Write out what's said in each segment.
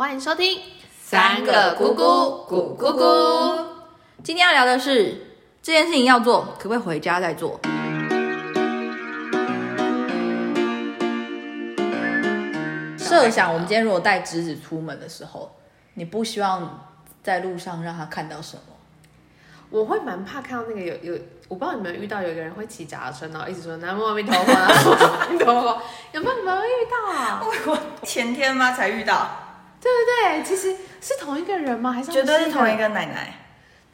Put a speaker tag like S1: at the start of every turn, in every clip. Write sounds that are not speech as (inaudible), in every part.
S1: 欢迎收听
S2: 三个咕咕咕咕咕。今天要聊的是这件事情要做，可不可以回家再做？设想我们今天如果带侄子出门的时候，你不希望在路上让他看到什么？
S1: 我会蛮怕看到那个有有，我不知道你们有遇到有一个人会骑脚踏车，然后一直说南无阿弥陀佛， (laughs) 南无阿弥陀佛，有没有你们会遇到啊？
S3: 我前天吗才遇到，
S1: 对不对？其实是同一个人吗？还是
S3: 绝对是同一
S1: 个？
S3: 个奶奶。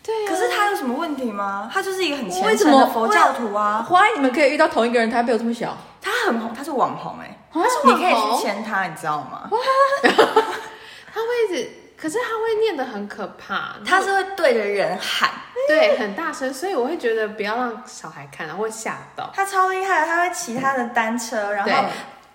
S1: 对、啊，
S3: 可是她有什么问题吗？她就是一个很
S2: 我为
S3: 虔
S2: 什
S3: 诚
S2: 么
S3: 的佛教徒啊，
S2: 怀疑你们可以遇到同一个人，台北有这么小？
S3: 她很红，她是网红哎、
S1: 她是
S3: 你
S1: 网
S3: 可以
S1: 红
S3: 去牵她，你知道吗？
S1: 他会一直，可是他会念得很可怕，
S3: 她是会对着人喊，
S1: 对很大声，所以我会觉得不要让小孩看，然后会吓到。
S3: (laughs) 她超厉害的，她会骑她的单车，然
S1: 对
S3: 后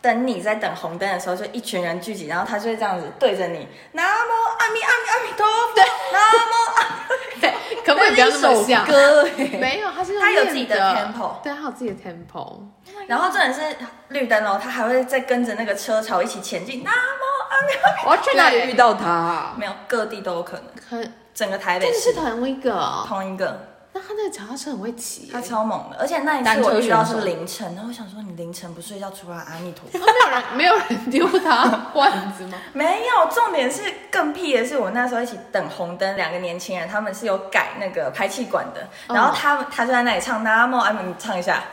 S3: 等你在等红灯的时候，就一群人聚集，然后她就会这样子对着你，南无阿弥阿弥阿弥陀佛，南无阿，
S1: 对，可不可以不要那么像？
S3: 歌哎。
S1: 没有，他是用
S3: 他有
S1: 念
S3: 自己的 tempo
S1: 对，他有自己的 tempo。
S3: (laughs) 然后重点是绿灯哦，她还会再跟着那个车潮一起前进，南无阿弥阿弥。
S2: 我要去哪里
S1: 对
S2: 遇到他、啊？
S3: 没有，各地都有可能，
S1: 很，
S3: 整个台
S1: 真
S3: 北
S1: 的是
S3: 市
S1: 同一个哦。
S3: 同一个。
S1: 那他那个脚踏车很会骑耶，
S3: 他超猛的，而且那一次
S2: 单车
S3: 我遇到
S2: 选手
S3: 是凌晨，然后我想说你凌晨不睡觉出来，阿弥陀佛。
S1: (laughs) 没有人没有人丢他罐子吗？
S3: 没有，重点是更屁的是，我那时候一起等红灯，两个年轻人他们是有改那个排气管的，
S1: 哦
S3: 然后他们他就在那里唱南无阿弥，你唱一下，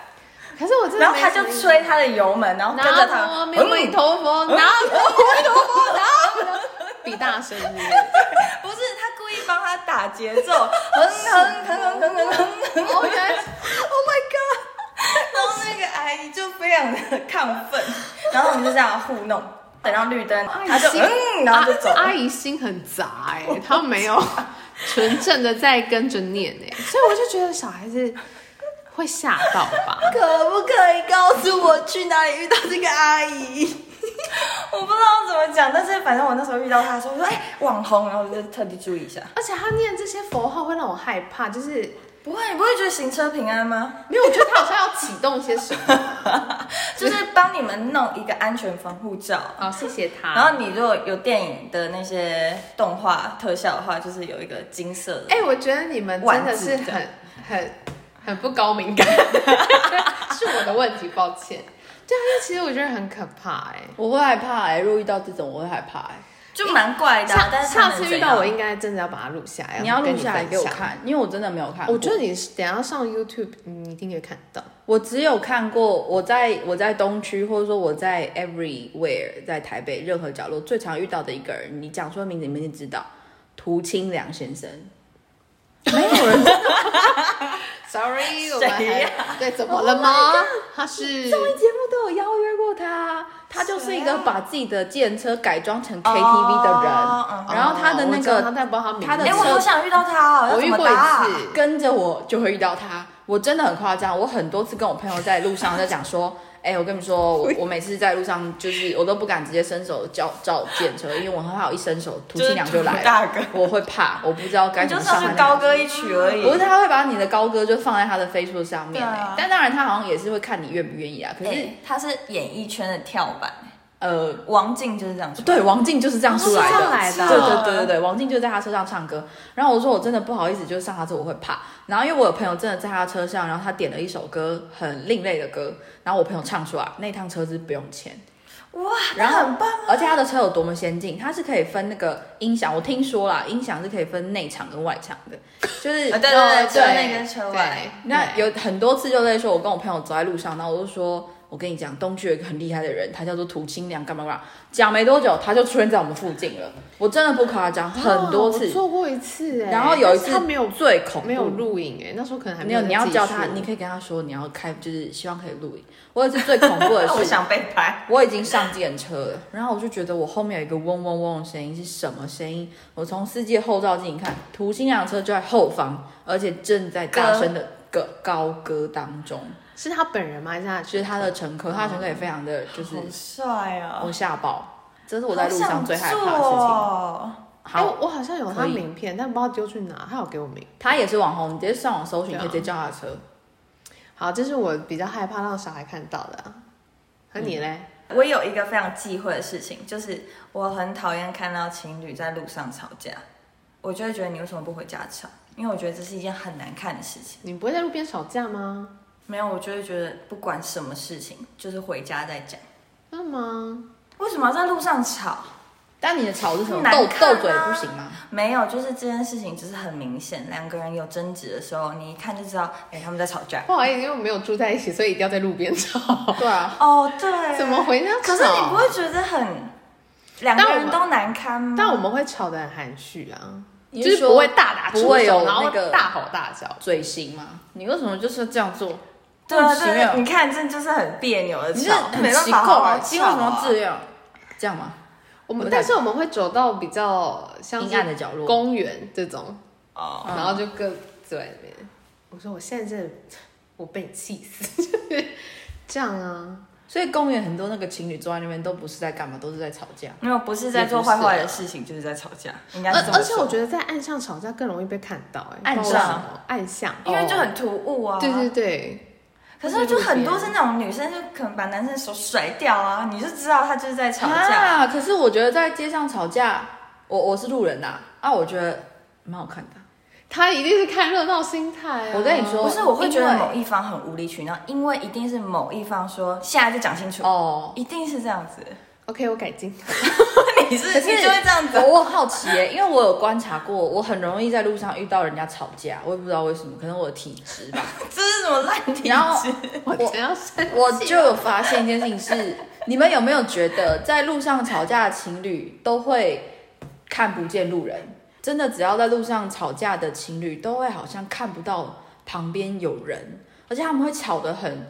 S1: 可是我真的
S3: 然后
S1: 没
S3: 他就
S1: 什么意思，
S3: 吹他的油门，然后跟着
S1: 拿
S3: 他，
S1: 阿弥陀
S3: 嗯
S1: 佛，拿阿弥陀佛，拿阿弥陀佛，比大声是不是
S3: 不是他故意帮他打节奏，哼哼哼哼哼哼哼哼
S1: 哦原来是
S3: ，Oh my god！然后那个阿姨就非常的亢奋，然后我们就这样互弄，等到绿灯，他就
S1: 心
S3: 嗯，然后就走
S1: 阿
S3: 了。
S1: 啊阿姨心很杂哎、她没有纯正的在跟着念哎、
S3: (laughs)
S1: 所以我就觉得小孩子会吓到吧。
S3: 可不可以告诉我去哪里遇到这个阿姨？ (laughs) 我不知道怎么讲，但是反正我那时候遇到她的时候，我说哎、网红，然后我就特地注意一下。
S1: 而且他念这些佛号会让我害怕，就是
S3: 不会，你不会觉得行车平安吗？ (laughs)
S1: 没有，我觉得他好像要启动些什么。
S3: 就是帮你们弄一个安全防护罩。
S1: 好，谢谢他。
S3: 然后你如果有电影的那些动画特效的话，就是有一个金色的。
S1: 哎、我觉得你们真的是
S3: 万字
S1: 很很很不高敏感， (laughs) 是我的问题，抱歉。对啊，因为其实我觉得很可怕哎、
S2: (laughs) 我会害怕哎、如果遇到这种，我会害怕哎、
S3: 就蛮怪的啊、
S1: 下
S3: 但是它
S1: 下
S3: 能
S1: 次
S3: 怎
S1: 遇
S3: 样
S1: 到我，应该真的要把它录下来，
S2: 你要录下来
S1: 跟你
S2: 给我
S1: 分享。
S2: 看，因为我真的没有看过。
S1: 我觉得你是等一下上 YouTube，你一定可以看到。
S2: 我只有看过我在我在东区，或者说我在 everywhere，在台北任何角落最常遇到的一个人，你讲出名字你们就知道，涂清良先生。没有人
S1: Sorry，我
S3: 谁
S1: 们
S3: 呀
S1: 还对怎么了吗？
S2: Oh
S1: 他是啊
S2: 综艺节目都有邀约过他，他就是一
S3: 谁
S2: 个
S3: 啊
S2: 把自己的电车改装成 KTV 的人，
S3: 哦嗯
S2: 然后他的那
S1: 哦哦我知道他
S2: 个
S1: 但不知道他名字
S2: 他的
S3: 哎、我好想遇到她哦，要
S1: 我
S3: 怎
S1: 遇
S3: 么
S1: 过一
S3: 搭啊
S1: 次，
S2: 跟着我就会遇到他。我真的很夸张，我很多次跟我朋友在路上在讲说， (laughs) 哎、我跟你说，我我每次在路上就是我都不敢直接伸手叫叫电车，因为我很好一伸手，涂
S3: 就是
S2: 清凉就来
S3: 涂
S2: 了，
S3: 大哥，
S2: 我会怕，我不知道该
S3: 你
S2: 怎
S3: 啊
S2: 么
S3: 就上
S2: 上
S3: 去
S2: 他
S3: 高
S2: 那个。
S3: 歌一曲而已。
S2: 不是，他会把你的高歌就放在他的 Facebook 上面、
S3: 对
S2: 哎
S3: 啊
S2: 但当然他好像也是会看你愿不愿意啊。可
S3: 哎、
S2: 是、
S3: 他是演艺圈的跳板，
S2: 呃，
S3: 王静就是这样说。
S2: 对，王静就是这样出来
S1: 哦是这
S2: 的，
S1: 样来的啊
S2: 对对对对对，王静就在他车上唱歌。然后我说我真的不好意思，就是上他车我会怕。然后因为我有朋友真的在他车上，然后他点了一首歌，很另类的歌，然后我朋友唱出来，那趟车是不用钱，
S3: 哇，
S2: 然
S3: 然
S2: 后
S3: 后很棒啊！
S2: 而且他的车有多么先进，它是可以分那个音响，我听说啦，音响是可以分内场跟外场的，就是
S3: 啊对对
S2: 对
S3: 对，车内跟车
S1: 对
S3: 外，，
S2: 那有很多次就在说，我跟我朋友走在路上，然后我就说，我跟你讲，东区有一个很厉害的人，他叫做涂清良，干嘛干嘛。讲没多久，他就出现在我们附近了，我真的不夸张，很多
S1: 哦我
S2: 次。
S1: 做过一次哎、
S2: 然后有一次
S1: 但是他没有
S2: 最恐怖，
S1: 没有录影哎、那时候可能还
S2: 哦没
S1: 有
S2: 有，
S1: 那
S2: 你要
S1: 技
S2: 叫
S1: 术
S2: 他，你可以跟他说你要开，就是希望可以录影。我有一次最恐怖
S1: (laughs)
S2: 的
S3: 我
S2: 是，
S3: 想被拍。
S2: 我已经上计程车了，然后我就觉得我后面有一个嗡嗡嗡的声音，是什么声音？我从司机的后照镜一看，涂新良车就在后方，而且正在大
S3: 歌
S2: 声的歌高歌当中。
S1: 是他本人吗？还是他
S2: 就是他的乘客，他的乘客也非常的就是
S3: 好帅啊！
S2: 我吓爆，这是我在路上最害怕的事情。
S3: 哦情。
S1: 哎、
S2: 好，
S1: 我好像有他
S2: 可以
S1: 名片，但不知道丢去哪。他有给我名。
S2: 他也是网红，你直接上网搜寻，
S1: 对啊
S2: 可以直接叫他的车。嗯
S1: 好，这是我比较害怕让小孩看到的啊、那你嘞？
S3: 我有一个非常忌讳的事情，就是我很讨厌看到情侣在路上吵架，我就会觉得你为什么不回家吵？因为我觉得这是一件很难看的事情。
S1: 你不会在路边吵架吗？
S3: 没有，我就会觉得不管什么事情，就是回家再讲。
S1: 真的吗？
S3: 为什么要在路上吵？
S2: 但你的吵是什么？
S3: 难
S2: 斗
S3: 看啊
S2: 斗嘴不行吗？
S3: 没有，就是这件事情就是很明显，两个人有争执的时候，你一看就知道，哎、他们在吵架。
S1: 不好意思，因为我们没有住在一起，所以一定要在路边吵。 (laughs)
S2: 对啊，
S3: 哦，对，
S1: 怎么回家
S3: 可是你
S1: 吵？
S3: 不会觉得很两个人都难堪吗？
S1: 但我们会吵得很含蓄啊，
S2: 你
S1: 就是
S2: 说
S1: 不会大打出手，
S2: 不会有
S1: 然后
S2: 那个
S1: 大吼大叫。
S2: 嘴型吗？你为什么就是这样做？
S3: 对啊
S2: 莫名其
S3: 对啊，
S2: 妙
S3: 你看这就是很别扭的
S2: 你是
S3: 吵，
S2: 很
S3: 没办
S2: 奇怪
S3: 法好好
S2: 啊，
S3: 吵、
S2: 你为什么要这样？这样吗？
S1: 我们
S2: 不太
S1: 但是我们会走到比较像是
S2: 阴暗的角落
S1: 公园这种，
S3: 哦，
S1: 然后就各坐在那边。我说我现在真的，我被你气 (laughs) 死，就是这样啊。
S2: 所以公园很多那个情侣坐在那边都不是在干嘛，都是在吵架。
S3: 没有，不是在做坏坏的事情，就是在吵架，应该
S1: 而
S3: 是这么
S1: 而且我
S3: 说。
S1: 觉得在岸上吵架更容易被看到、哎，
S2: 岸
S1: 不知道为
S3: 上
S1: 什么岸上，
S3: 因为就很突兀啊，
S1: 对对对，
S3: 可是就很多是那种女生就可能把男生的手甩掉啊，你就知道他就是在吵架。
S2: 啊！可是我觉得在街上吵架，我我是路人呐、啊，我觉得蛮好看的。
S1: 他一定是看热闹心态、啊。
S2: 我跟你说
S3: 不是，我会觉得
S2: 因为
S3: 某一方很无理取闹，因为一定是某一方说现在就讲清楚，
S2: 哦，
S3: 一定是这样子。 (laughs)
S1: ，OK，我改进。
S3: 你是你就会这样子，
S2: 我我很好奇耶、因为我有观察过，我很容易在路上遇到人家吵架，我也不知道为什么，可能我的体质吧。
S3: 这是什么烂体质？
S2: 然后
S1: (laughs) 我只要生啊
S2: 我就有发现一件事情是，你们有没有觉得在路上吵架的情侣都会看不见路人？真的，只要在路上吵架的情侣，都会好像看不到旁边有人，而且他们会吵得很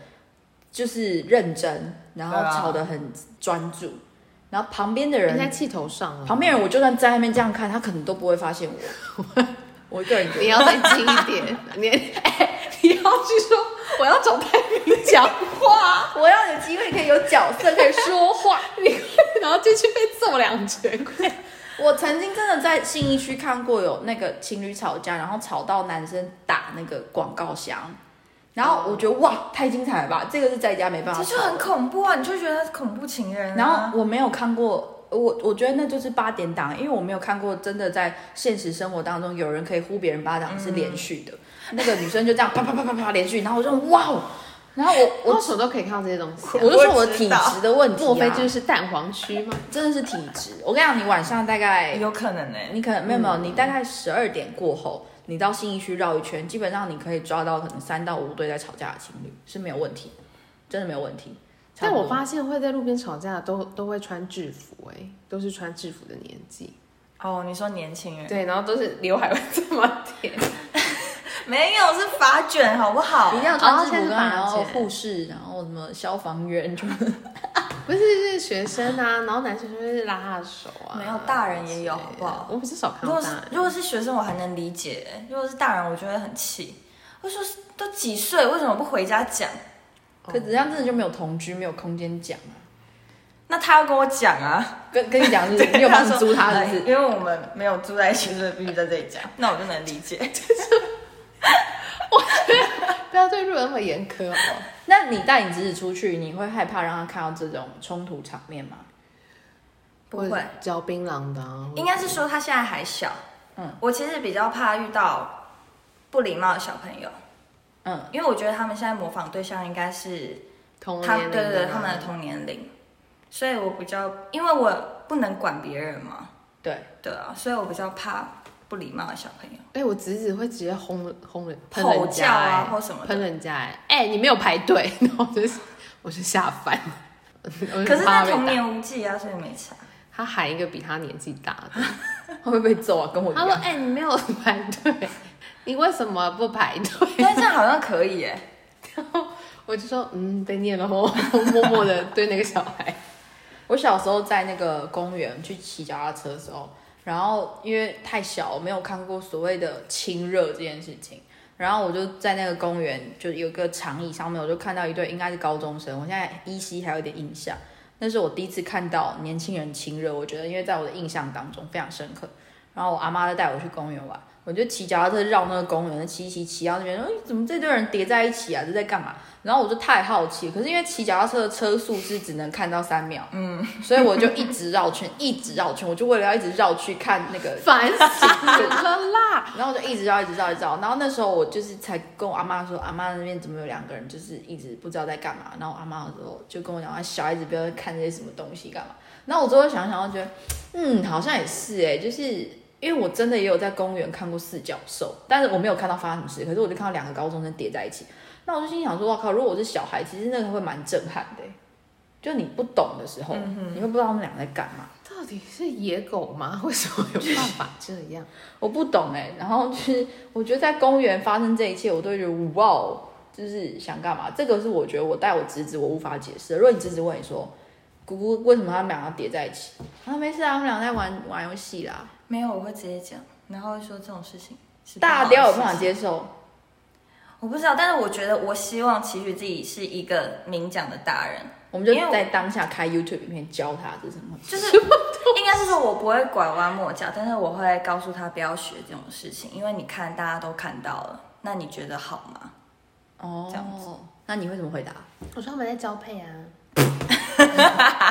S2: 就是认真，然后
S3: 对啊
S2: 吵得很专注，然后旁边的
S1: 人在
S2: 人，
S1: 气头上啊。
S2: 旁边人我就算在那边这样看，他可能都不会发现我。我一个人觉
S1: 你
S2: 得，
S1: 要再近一点，你 (laughs) 哎，你要去说我要找代理讲话，
S2: 我要有机会可以有角色可以说话。
S1: (laughs) 你然后进去被揍两拳，快
S2: 我曾经真的在信义区看过有那个情侣吵架，然后吵到男生打那个广告箱，然后我觉得哇，太精彩了吧！这个是在家没办法
S3: 这就
S2: 吵
S3: 很
S2: 的。
S3: 恐怖啊！你就觉得他是恐怖情人、啊。
S2: 然后我没有看过，我我觉得那就是八点档，因为我没有看过真的在现实生活当中有人可以呼别人巴掌是
S3: 嗯
S2: 连续的，那个女生就这样啪啪啪啪啪连续，然后我就哇哦，然后我
S1: 我
S2: 我
S1: 手都可以看到这些东西啊、
S2: 我就说
S3: 我
S2: 我
S3: 知
S2: 体
S3: 道
S2: 质的问题、啊，
S1: 莫非就是蛋黄区吗？
S2: 真的是体质？我跟你讲，你晚上大概
S3: 有可能欸呢、
S2: 你可能没有没有，你大概十二点过后，你到信义区绕一圈，基本上你可以抓到可能三到五对在吵架的情侣是没有问题的，真的没有问题。
S1: 但我
S2: 差
S1: 发现会在路边吵架的都都会穿制服、哎，都是穿制服的年纪，
S3: 哦，你说年轻人
S1: 对，然后都是刘海会这么点，
S3: 没有是发卷好不
S2: 不
S3: 好
S2: 多一？定要穿制哦
S1: 哦现
S2: 服，
S1: 在是法
S2: 然后
S1: 界
S2: 护士，然后什么消防员，就
S1: (laughs) 不是是学生啊，然后男生就是拉他的手啊，
S3: 没有大人也有好不好
S1: 我比较少看
S3: 如
S1: 到
S3: 果是
S1: 大人。
S3: 如果是学生，我还能理解、欸如果是大人，我就会很气。我说都几岁，为什么不回家讲？
S2: 可是这样真的就没有同居，没有空间讲啊。
S3: 那他要跟我讲啊，
S2: 跟跟你讲 (laughs) 是不是，你有帮你租他
S3: 的
S2: 是，不
S3: 哎因
S2: 是？
S3: 为我们没有住在一起，所以必须在这里讲。那我就能
S2: (laughs)
S3: 理解。
S1: 不要对路人那么严苛哦好不好？
S2: 那你带你侄子出去，你会害怕让他看到这种冲突场面吗？
S3: 不会
S1: 或者嚼槟榔的、啊，
S3: 应该是说他现在还小。
S2: 嗯
S3: 嗯，我其实比较怕遇到不礼貌的小朋友，
S2: 嗯，
S3: 因为我觉得他们现在模仿对象应该是
S1: 同
S3: 他，
S1: 年
S3: 对
S1: 龄
S3: 对对，
S1: 啊
S3: 他们的同年龄，所以我比较，因为我不能管别人嘛，
S2: 对，
S3: 对啊，所以我比较怕不礼貌的小朋友，
S1: 哎、我侄子会直接轰轰人、喷
S3: 吼
S1: 人
S3: 叫
S1: 家、
S3: 啊
S1: 哎
S3: 或什么
S1: 喷
S3: 的。
S1: 人家、哎，哎、你没有排队， (laughs) 然后我就是我就下饭。 (laughs) 我就
S3: 可是
S1: 怕
S3: 他
S1: 被打
S3: 童年无忌啊，所以没差。
S1: 他喊一个比他年纪大的，
S2: 会不会被揍啊？跟我一
S1: (laughs) 他说
S2: 样。：“
S1: 哎、你没有排 (laughs) 队，你为什么不排队
S3: 但是这样好像可以耶，？”
S1: 我就说：“嗯，被念了。” (laughs) 我默默的对那个小孩，
S2: 我小时候在那个公园去骑脚踏车的时候，然后因为太小，我没有看过所谓的亲热这件事情。然后我就在那个公园，就有一个长椅上面，我就看到一对应该是高中生，我现在依稀还有点印象。那是我第一次看到年轻人亲热，我觉得因为在我的印象当中非常深刻。然后我阿妈就带我去公园玩，我就骑脚踏车绕那个公园，骑一骑骑到那边，哎，怎么这堆人叠在一起啊？这在干嘛？然后我就太好奇，可是因为骑脚踏车的车速是只能看到三秒，嗯，所以我就一直绕圈，一直绕圈，我就为了要一直绕去看那个
S1: 烦死了啦！
S2: 然后我就一直绕，一直绕，一直绕。然后那时候我就是才跟我阿妈说，阿妈那边怎么有两个人，就是一直不知道在干嘛。然后我阿妈那时候就跟我讲，啊小孩子不要看这些什么东西干嘛。然后我最后想想，我觉得，嗯，好像也是哎、就是因为我真的也有在公园看过四脚兽，但是我没有看到发生什么事，可是我就看到两个高中生叠在一起。那我就心想说，哇靠！如果我是小孩，其实那个会蛮震撼的欸、就你不懂的时候，你会不知道他们两个在干嘛。
S1: 到底是野狗吗？为什么有办法这样？
S2: 我不懂哎、然后就是我觉得在公园发生这一切，我都会觉得哇哦，就是想干嘛？这个是我觉得我带我侄子我无法解释的。如果你侄子问你说，姑姑为什么他们俩要叠在一起？啊，没事啊，他们俩在玩玩游戏啦。
S3: 没有，我会直接讲，然后会说这种事情是不好
S2: 大
S3: 的
S2: 雕有
S3: 事
S2: 办法
S3: 情
S2: 接受，
S3: 我不知道，但是我觉得我希望期许自己是一个明讲的大人，
S2: 我们就
S3: 因为我
S2: 在当下开 YouTube 影片教他这是什么。
S3: 就是应该是说我不会拐弯抹角，但是我会告诉他不要学这种事情，因为你看大家都看到了，那你觉得好吗？
S2: 哦，
S3: 这样子
S2: 那你会怎么回答？
S1: (laughs) 我说他们在交配啊。 (laughs)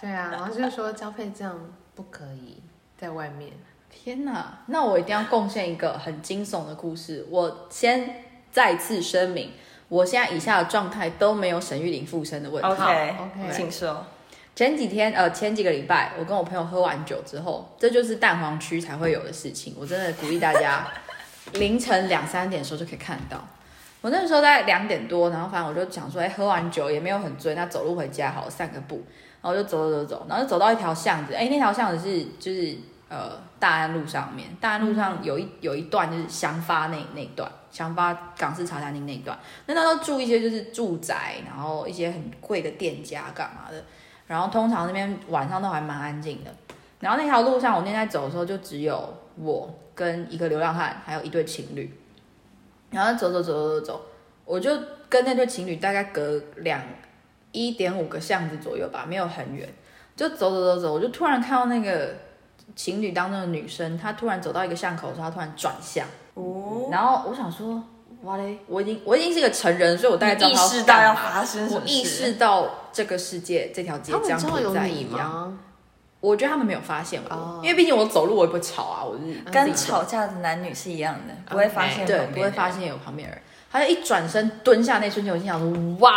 S1: 对啊，然后就是说交配这样不可以在外面。
S2: 天哪！那我一定要贡献一个很惊悚的故事。我先再次声明，我现在以下的状态都没有沈玉玲附身的问题。
S1: OK
S3: 请说。
S2: 前几天，呃，前几个礼拜，我跟我朋友喝完酒之后，这就是蛋黄区才会有的事情。我真的鼓励大家，凌晨两三点的时候就可以看到。我那时候在两点多，然后反正我就想说，哎、喝完酒也没有很醉，那走路回家好了散个步。然后我就走走走走，然后就走到一条巷子，哎、那条巷子是就是呃大安路上面，大安路上有一有一段就是祥发那那一段，祥发港式茶餐厅那一段，那那都住一些就是住宅，然后一些很贵的店家干嘛的。然后通常那边晚上都还蛮安静的。然后那条路上，我那天在走的时候，就只有我跟一个流浪汉，还有一对情侣。然后走走走走走走，我就跟那对情侣大概隔两一点五个巷子左右吧，没有很远。就走走走走，我就突然看到那个情侣当中的女生，她突然走到一个巷口的时候，她突然转向，
S3: 哦，
S2: 然后我想说，哇嘞，我已经我已经是个成人，所以我大概知道
S3: 你意
S2: 她要
S3: 识
S2: 干
S3: 到要
S2: 嘛
S3: 发生什
S2: 我
S3: 么事
S2: 意识到这个世界这条街
S1: 他
S2: 这
S1: 们
S2: 样
S1: 知道
S2: 不
S1: 有
S2: 在
S1: 你啊
S2: 一样。
S1: 吗？
S2: 我觉得他们没有发现我，
S1: 哦
S2: 因为毕竟我走路我也不会吵啊，我是
S3: 跟
S2: 自己
S3: 吵架的男女是一样的，嗯不会发现
S2: 对
S3: 旁边的人
S2: 不会发，现有旁边人。他就一转身蹲下那瞬间，我心想说：“哇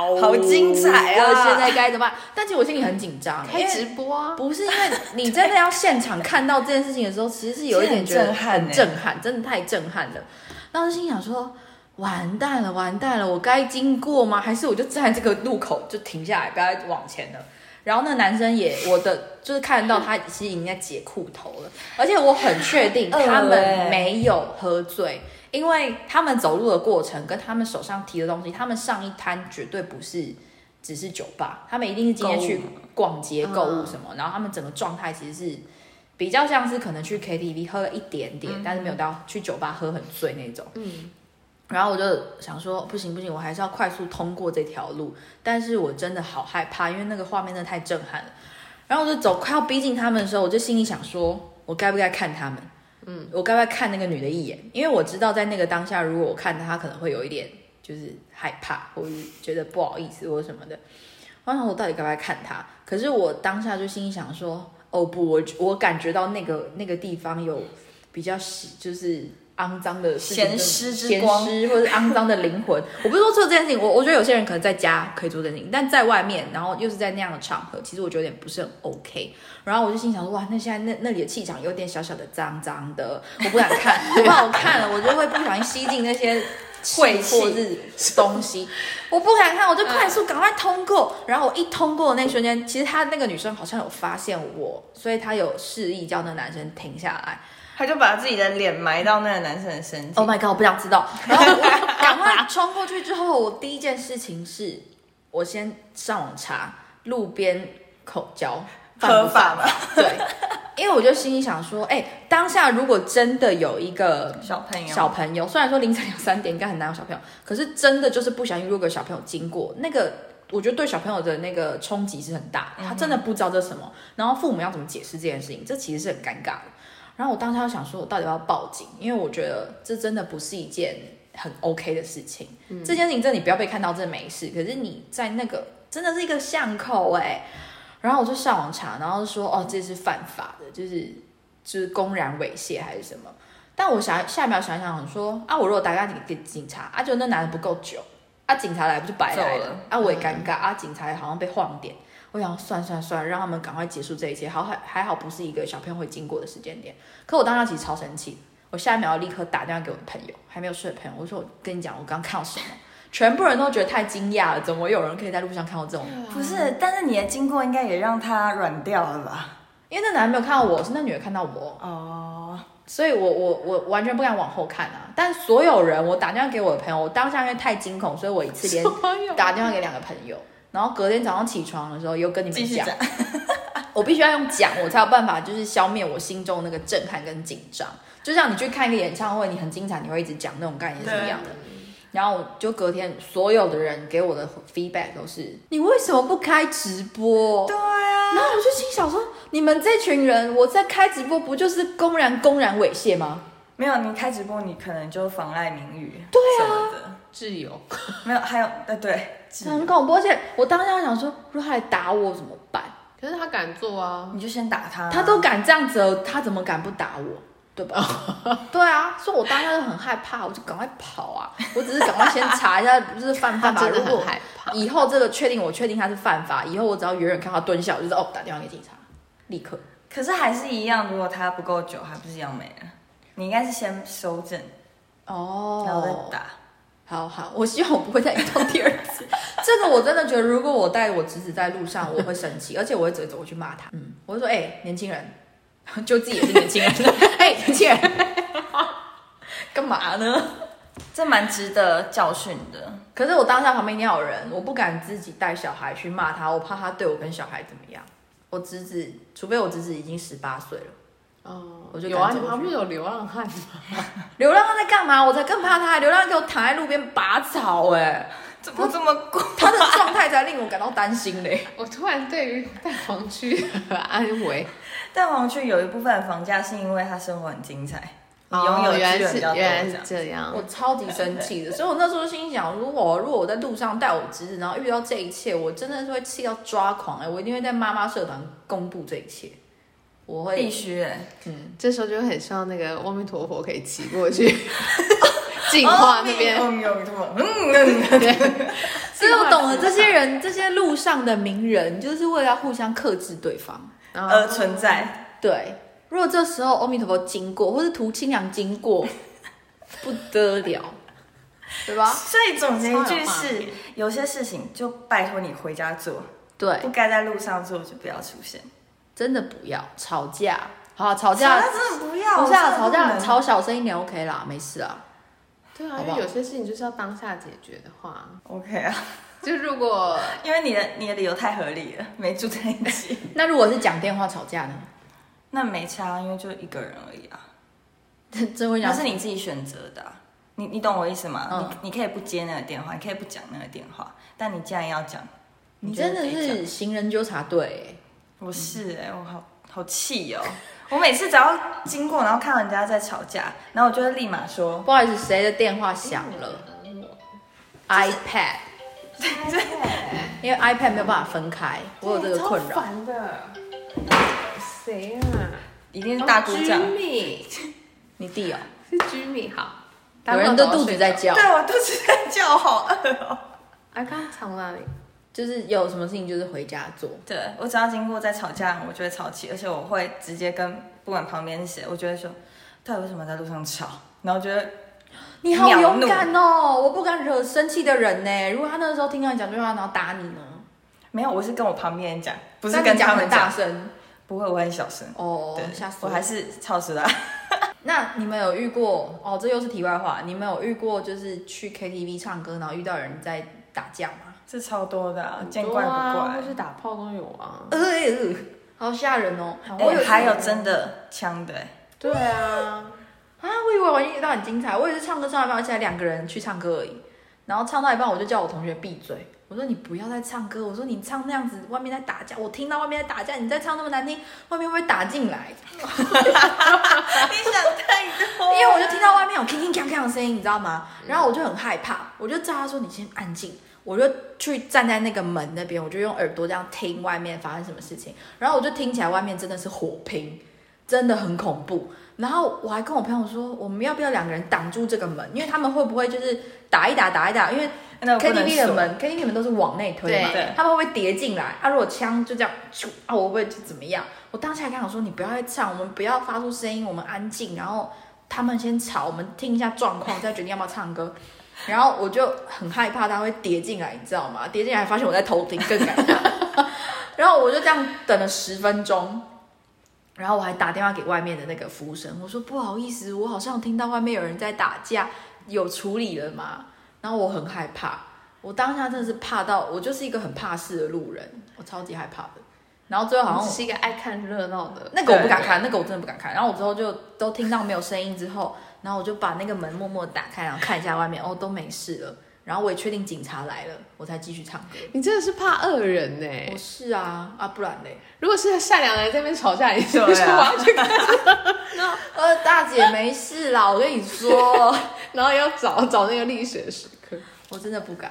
S2: 哦，
S3: 好精彩啊
S2: 我现在该怎么办？但其实我心里很紧张，因
S1: 开直
S2: 为
S1: 播啊！
S2: 不是因为你真的要现场看到这件事情的时候，其实是有一点
S3: (laughs)
S2: 觉得
S3: 其实很震
S2: 很
S3: 撼欸
S2: 震撼，真的太震撼了。当时心想说：“完蛋了，完蛋了，我该经过吗？还是我就站在这个路口就停下来，不要再往前了？”然后那个男生也，我的就是看到他其实已经在解裤头了，而且我很确定
S3: (laughs) 很饿
S2: 他
S3: 欸
S2: 们没有喝醉，因为他们走路的过程跟他们手上提的东西，他们上一摊绝对不是只是酒吧，他们一定是今天去
S3: 购
S2: 逛街
S1: 嗯
S2: 购物什么，然后他们整个状态其实是比较像是可能去 KTV 喝了一点点，但是没有到去酒吧喝很醉那种。
S1: 嗯，
S2: 然后我就想说，不行不行，我还是要快速通过这条路。但是我真的好害怕，因为那个画面真的太震撼了。然后我就走，快要逼近他们的时候，我就心里想说，我该不该看他们？嗯，我该不该看那个女的一眼？因为我知道在那个当下，如果我看她，她可能会有一点就是害怕，或者是觉得不好意思或者什么的。然后我到底该不该看她？可是我当下就心里想说，哦不，我我感觉到那个那个地方有比较洗就是肮脏的事情
S3: 咸湿之
S2: 咸
S3: 光
S2: 湿或者肮脏的灵魂。我不是说做这件事情，我我觉得有些人可能在家可以做这件事情，但在外面，然后又是在那样的场合，其实我觉得有点不是很 OK。然后我就心想说，哇，那现在那那里的气场有点小小的脏脏的，我不敢看，我怕我看了我就会不小心吸进那些。
S3: 晦气
S2: 或是东西，我不敢看，我就快速赶快通过。然后我一通过的那瞬间，其实她那个女生好像有发现我，所以她有示意叫那男生停下来。
S3: 他就把自己的脸埋到那个男生的身体。
S2: Oh my god！我不想知道。然后我赶快冲过去之后，我第一件事情是，我先上网查路边口交犯不
S3: (laughs) 合法
S2: 犯
S3: 吗？ (laughs)
S2: 对， (laughs) 因为我就心里想说，哎、当下如果真的有一个
S3: 小朋友，
S2: 小朋友，虽然说凌晨两三点应该很难有小朋友，可是真的就是不小心，如果有小朋友经过那个。我觉得对小朋友的那个
S3: 嗯
S2: 冲击是很大的，他真的不知道这是什么，然后父母要怎么解释这件事情，这其实是很尴尬的。然后我当时想说，我到底要不要报警？因为我觉得这真的不是一件很 OK 的事情。
S3: 嗯
S2: 这件事情真的你不要被看到，这没事。可是你在那个真的是一个巷口哎、然后我就上网查，然后就说哦，这是犯法的，就是就是公然猥亵还是什么。但我想下一秒想想说啊，我如果打电话给警察，啊，就那男的不够久，啊，警察来不就白来
S3: 走了嗯
S2: 啊，我也尴尬，啊，警察好像被晃点。我想算算算，让他们赶快结束这一切。好还还好不是一个小朋友会经过的时间点。可我当下其实超生气，我下一秒立刻打电话给我的朋友，还没有睡的朋友，我说我跟你讲，我刚看到什么，全部人都觉得太惊讶了，怎么有人可以在路上看到这种
S3: 不是，但是你的经过应该也让他软掉了吧？
S2: 因为那男的没有看到我，是那女的看到我，
S3: 哦，
S2: 所以我我我完全不敢往后看啊。但所有人，我打电话给我的朋友，我当下因为太惊恐，所以我一次
S1: 哎
S2: (laughs) 连
S1: 啊
S2: 打电话给两个朋友，然后隔天早上起床的时候又跟你
S3: 继
S2: 们
S3: 续
S2: 讲
S3: 讲，，
S2: (laughs) 我必须要用讲，我才有办法就是消灭我心中那个震撼跟紧张。就像你去看一个演唱会，你很精彩，你会一直讲那种概念是一样的。然后我就隔天所有的人给我的 feedback 都是，你为什么不开直播？
S3: 对啊，
S2: 然后我就心想说，你们这群人，我在开直播不就是公然公然猥亵吗？
S3: 没有你开直播，你可能就妨碍名誉，
S2: 对啊
S3: 啊，
S1: 自由，
S3: 没有，还有呃对，
S2: 很恐怖，而且我当下想说，如果他来打我怎么办？
S1: 可是他敢做啊， (laughs)
S3: 你就先打他，
S2: 他都敢这样子了，他怎么敢不打我？对吧？
S1: (laughs)
S2: 对啊，所以我当下就很害怕，我就赶快跑啊！我只是赶快先查一下， (laughs) 就是犯不
S1: 他
S2: 犯法。
S1: 真
S2: 如
S1: 的
S2: 果
S1: 很害怕。
S2: 以后这个确定，我确定他是犯法，以后我只要远远看到他蹲下，我就知道哦，打电话给警察，立刻。
S3: 可是还是一样，如果他不够久，还不是一样没了。你应该是先收正，
S2: 哦
S3: 然后再打。
S2: 好好，我希望我不会再遇到第二次。 (laughs) 这个我真的觉得，如果我带我侄子在路上，我会生气，而且我会走一走，我去骂他。嗯，我会说，哎、年轻人， (laughs) 就自己也是年轻人， (laughs) 哎、年轻人，干嘛呢？
S3: 这蛮值得教训的。
S2: 可是我当下旁边一定要有人，我不敢自己带小孩去骂他，我怕他对我跟小孩怎么样。我侄子，除非我侄子已经十八岁了，
S1: 哦，
S2: 我就
S1: 有啊，
S2: 赶走
S1: 你旁
S2: 去
S1: 边有流浪汉吗？ (laughs)
S2: 流浪汉在干嘛？我才更怕他，流浪汉给我躺在路边拔草、哎，
S3: 怎么这么过？
S2: 他的状态才令我感到担心嘞。
S1: 我突然对于蛋黄区的 (laughs) 安危，
S3: 蛋黄区有一部分的房价是因为他生活很精彩，你
S1: 哦 (laughs)
S3: 拥有资
S1: 原来
S3: 源比
S1: 是
S3: 较多，
S1: 原来
S3: 这
S1: 是
S3: 样
S1: 这样
S2: 我，超级生气的，所以我那时候心想，如果如果我在路上带我侄子，然后遇到这一切，我真的是会气到抓狂哎、我一定会在妈妈社团公布这一切，我
S3: 必
S2: 会
S3: 须哎、
S2: 嗯，
S1: 这时候就很希望那个阿弥陀佛可以骑过去，
S2: (laughs)
S1: 净化那
S2: 哦
S1: 边。
S3: 嗯有什么？嗯，嗯
S2: 所以我懂了这些人，这些路上的名人，就是为了要互相克制对方。
S1: 然后
S2: 呃
S3: 而呃存在。
S2: 对，如果这时候阿弥陀佛经过，或是涂清凉经过，不得了，对吧？
S3: 所以总结一句
S1: 超有画
S3: 是
S1: 面：
S3: 有些事情就拜托你回家做，
S2: 对，
S3: 不该在路上做就不要出现。
S2: 真的不要吵架，好啊吵架，
S3: 吵架真的不要，
S2: 不是啊，
S3: 真的
S2: 吵架
S3: 能
S2: 吵小声一点 OK 啦，没事啊。
S1: 对啊，
S2: 好
S1: 因
S2: 不好
S1: 为有些事情就是要当下解决的话，
S3: OK 啊，
S1: (laughs) 就如果
S3: 因为你的你的理由太合理了，没住在一起， (laughs)
S2: 那如果是讲电话吵架呢？ (laughs)
S3: 那没差，因为就一个人而已啊。
S2: 真会
S3: 那
S2: 讲
S3: 是你自己选择的啊、你你懂我意思吗？
S2: 嗯
S3: 你你可以不接那个电话，你可以不讲那个电话，但你既然要讲，
S2: 你
S3: 就
S2: 真的
S3: 得讲
S2: 是行人纠察队欸、
S3: 我是哎、我好好气哦！我每次只要经过，然后看到人家在吵架，然后我就会立马说，
S2: 不好意思，谁的电话响了？iPad，因为 iPad 没有办法分开，我有这个困
S1: 哎超
S2: 扰。
S1: 烦的，谁啊？
S3: 一定是大鼓掌。
S1: 哦，Jimmy
S2: 你弟哦，
S1: 是 Jimmy 好，
S2: 有人的肚子在叫，
S3: 对，我肚子在叫，好饿哦。
S1: 哎，刚刚藏哪里？
S2: 就是有什么事情就是回家做。
S3: 对我只要经过在吵架，我就会吵气，而且我会直接跟不管旁边是谁，我就会说，到底为什么在路上吵？然后觉得
S2: 你好勇敢哦，我不敢惹生气的人呢。如果他那时候听到你讲这句话，然后打你呢？
S3: 没有，我是跟我旁边人讲，不
S2: 那
S3: 是
S2: 你
S3: 跟他
S2: 讲
S3: 们
S2: 很
S3: 讲
S2: 大，声
S3: 不会，我很小声。
S2: 哦
S3: 对，，
S2: 吓死
S3: 我
S2: 我！
S3: 还是超时 (laughs) 的。啊
S2: 那你们有遇过哦？这又是题外话，你们有遇过就是去 KTV 唱歌，然后遇到有人在打架吗？
S3: 这超多的、啊，见
S1: 多
S3: 怪不
S1: 啊，或
S3: 怪。
S1: 是打炮都有啊。
S2: 呃，好吓人哦！
S3: 哎、
S2: 我有
S3: 还有真的枪的、欸，
S1: 对啊，
S2: 啊，我以为我遇到很精彩，我也是唱歌唱到一半，而且还两个人去唱歌而已，然后唱到一半我就叫我同学闭嘴，我说你不要再唱歌，我说你唱那样子，外面在打架，我听到外面在打架，你再唱那么难听，外面会不会打进来？
S3: (laughs) 你想太多，
S2: 因为我就听到外面有铿铿锵锵的声音，你知道吗？然后我就很害怕，我就叫他说：“你先安静。”我就去站在那个门那边，我就用耳朵这样听外面发生什么事情。然后我就听起来外面真的是火拼，真的很恐怖。然后我还跟我朋友说，我们要不要两个人挡住这个门？因为他们会不会就是打一打打一打？因为
S3: (laughs) 那我不能
S2: KTV 的
S3: 说
S2: 门，KTV 的门都是往内推嘛
S1: 对
S3: 对，
S2: 他们会不会叠进来？啊，如果枪就这样，咻啊，我会不会怎么样？我当下跟他讲说，你不要再唱，我们不要发出声音，我们安静，然后他们先吵，我们听一下状况，再决定要不要唱歌。 (laughs) 然后我就很害怕他会叠进来，你知道吗？叠进来发现我在偷听，更尴尬。 (laughs) 然后我就这样等了十分钟，然后我还打电话给外面的那个服务生，我说不好意思，我好像听到外面有人在打架，有处理了吗？然后我很害怕，我当下真的是怕到，我就是一个很怕事的路人，我超级害怕的。然后最后好
S1: 我
S2: 像
S1: 只是一个爱看热闹的，
S2: 那个我不敢看，那个我真的不敢看。然后我之后就都听到没有声音之后，然后我就把那个门默默打开，然后看一下外面，哦，都没事了。然后我也确定警察来了，我才继续唱歌。
S1: 你真的是怕恶人呢、
S2: 我是啊啊，不然嘞，
S1: 如果是善良的人在那边吵架，你是不
S3: 对
S1: 是
S3: 啊
S1: 要去看？ (laughs)
S2: 呃，大姐没事啦，我跟你说，
S1: 然后要找找那个历史的时刻。
S2: 我真的不敢。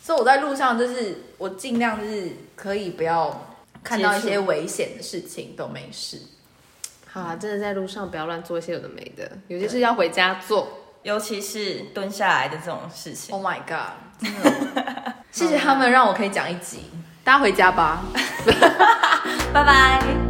S2: 所以我在路上就是我尽量就是可以不要看到一
S3: 接
S2: 些危险的事情都没事。
S1: 好啊，真的在路上不要乱做一些有的没的，有些事要回家做。
S3: 尤其是蹲下来的这种事情，
S2: Oh my god！真的，谢谢他们让我可以讲一集，大家回家吧。
S3: 拜拜。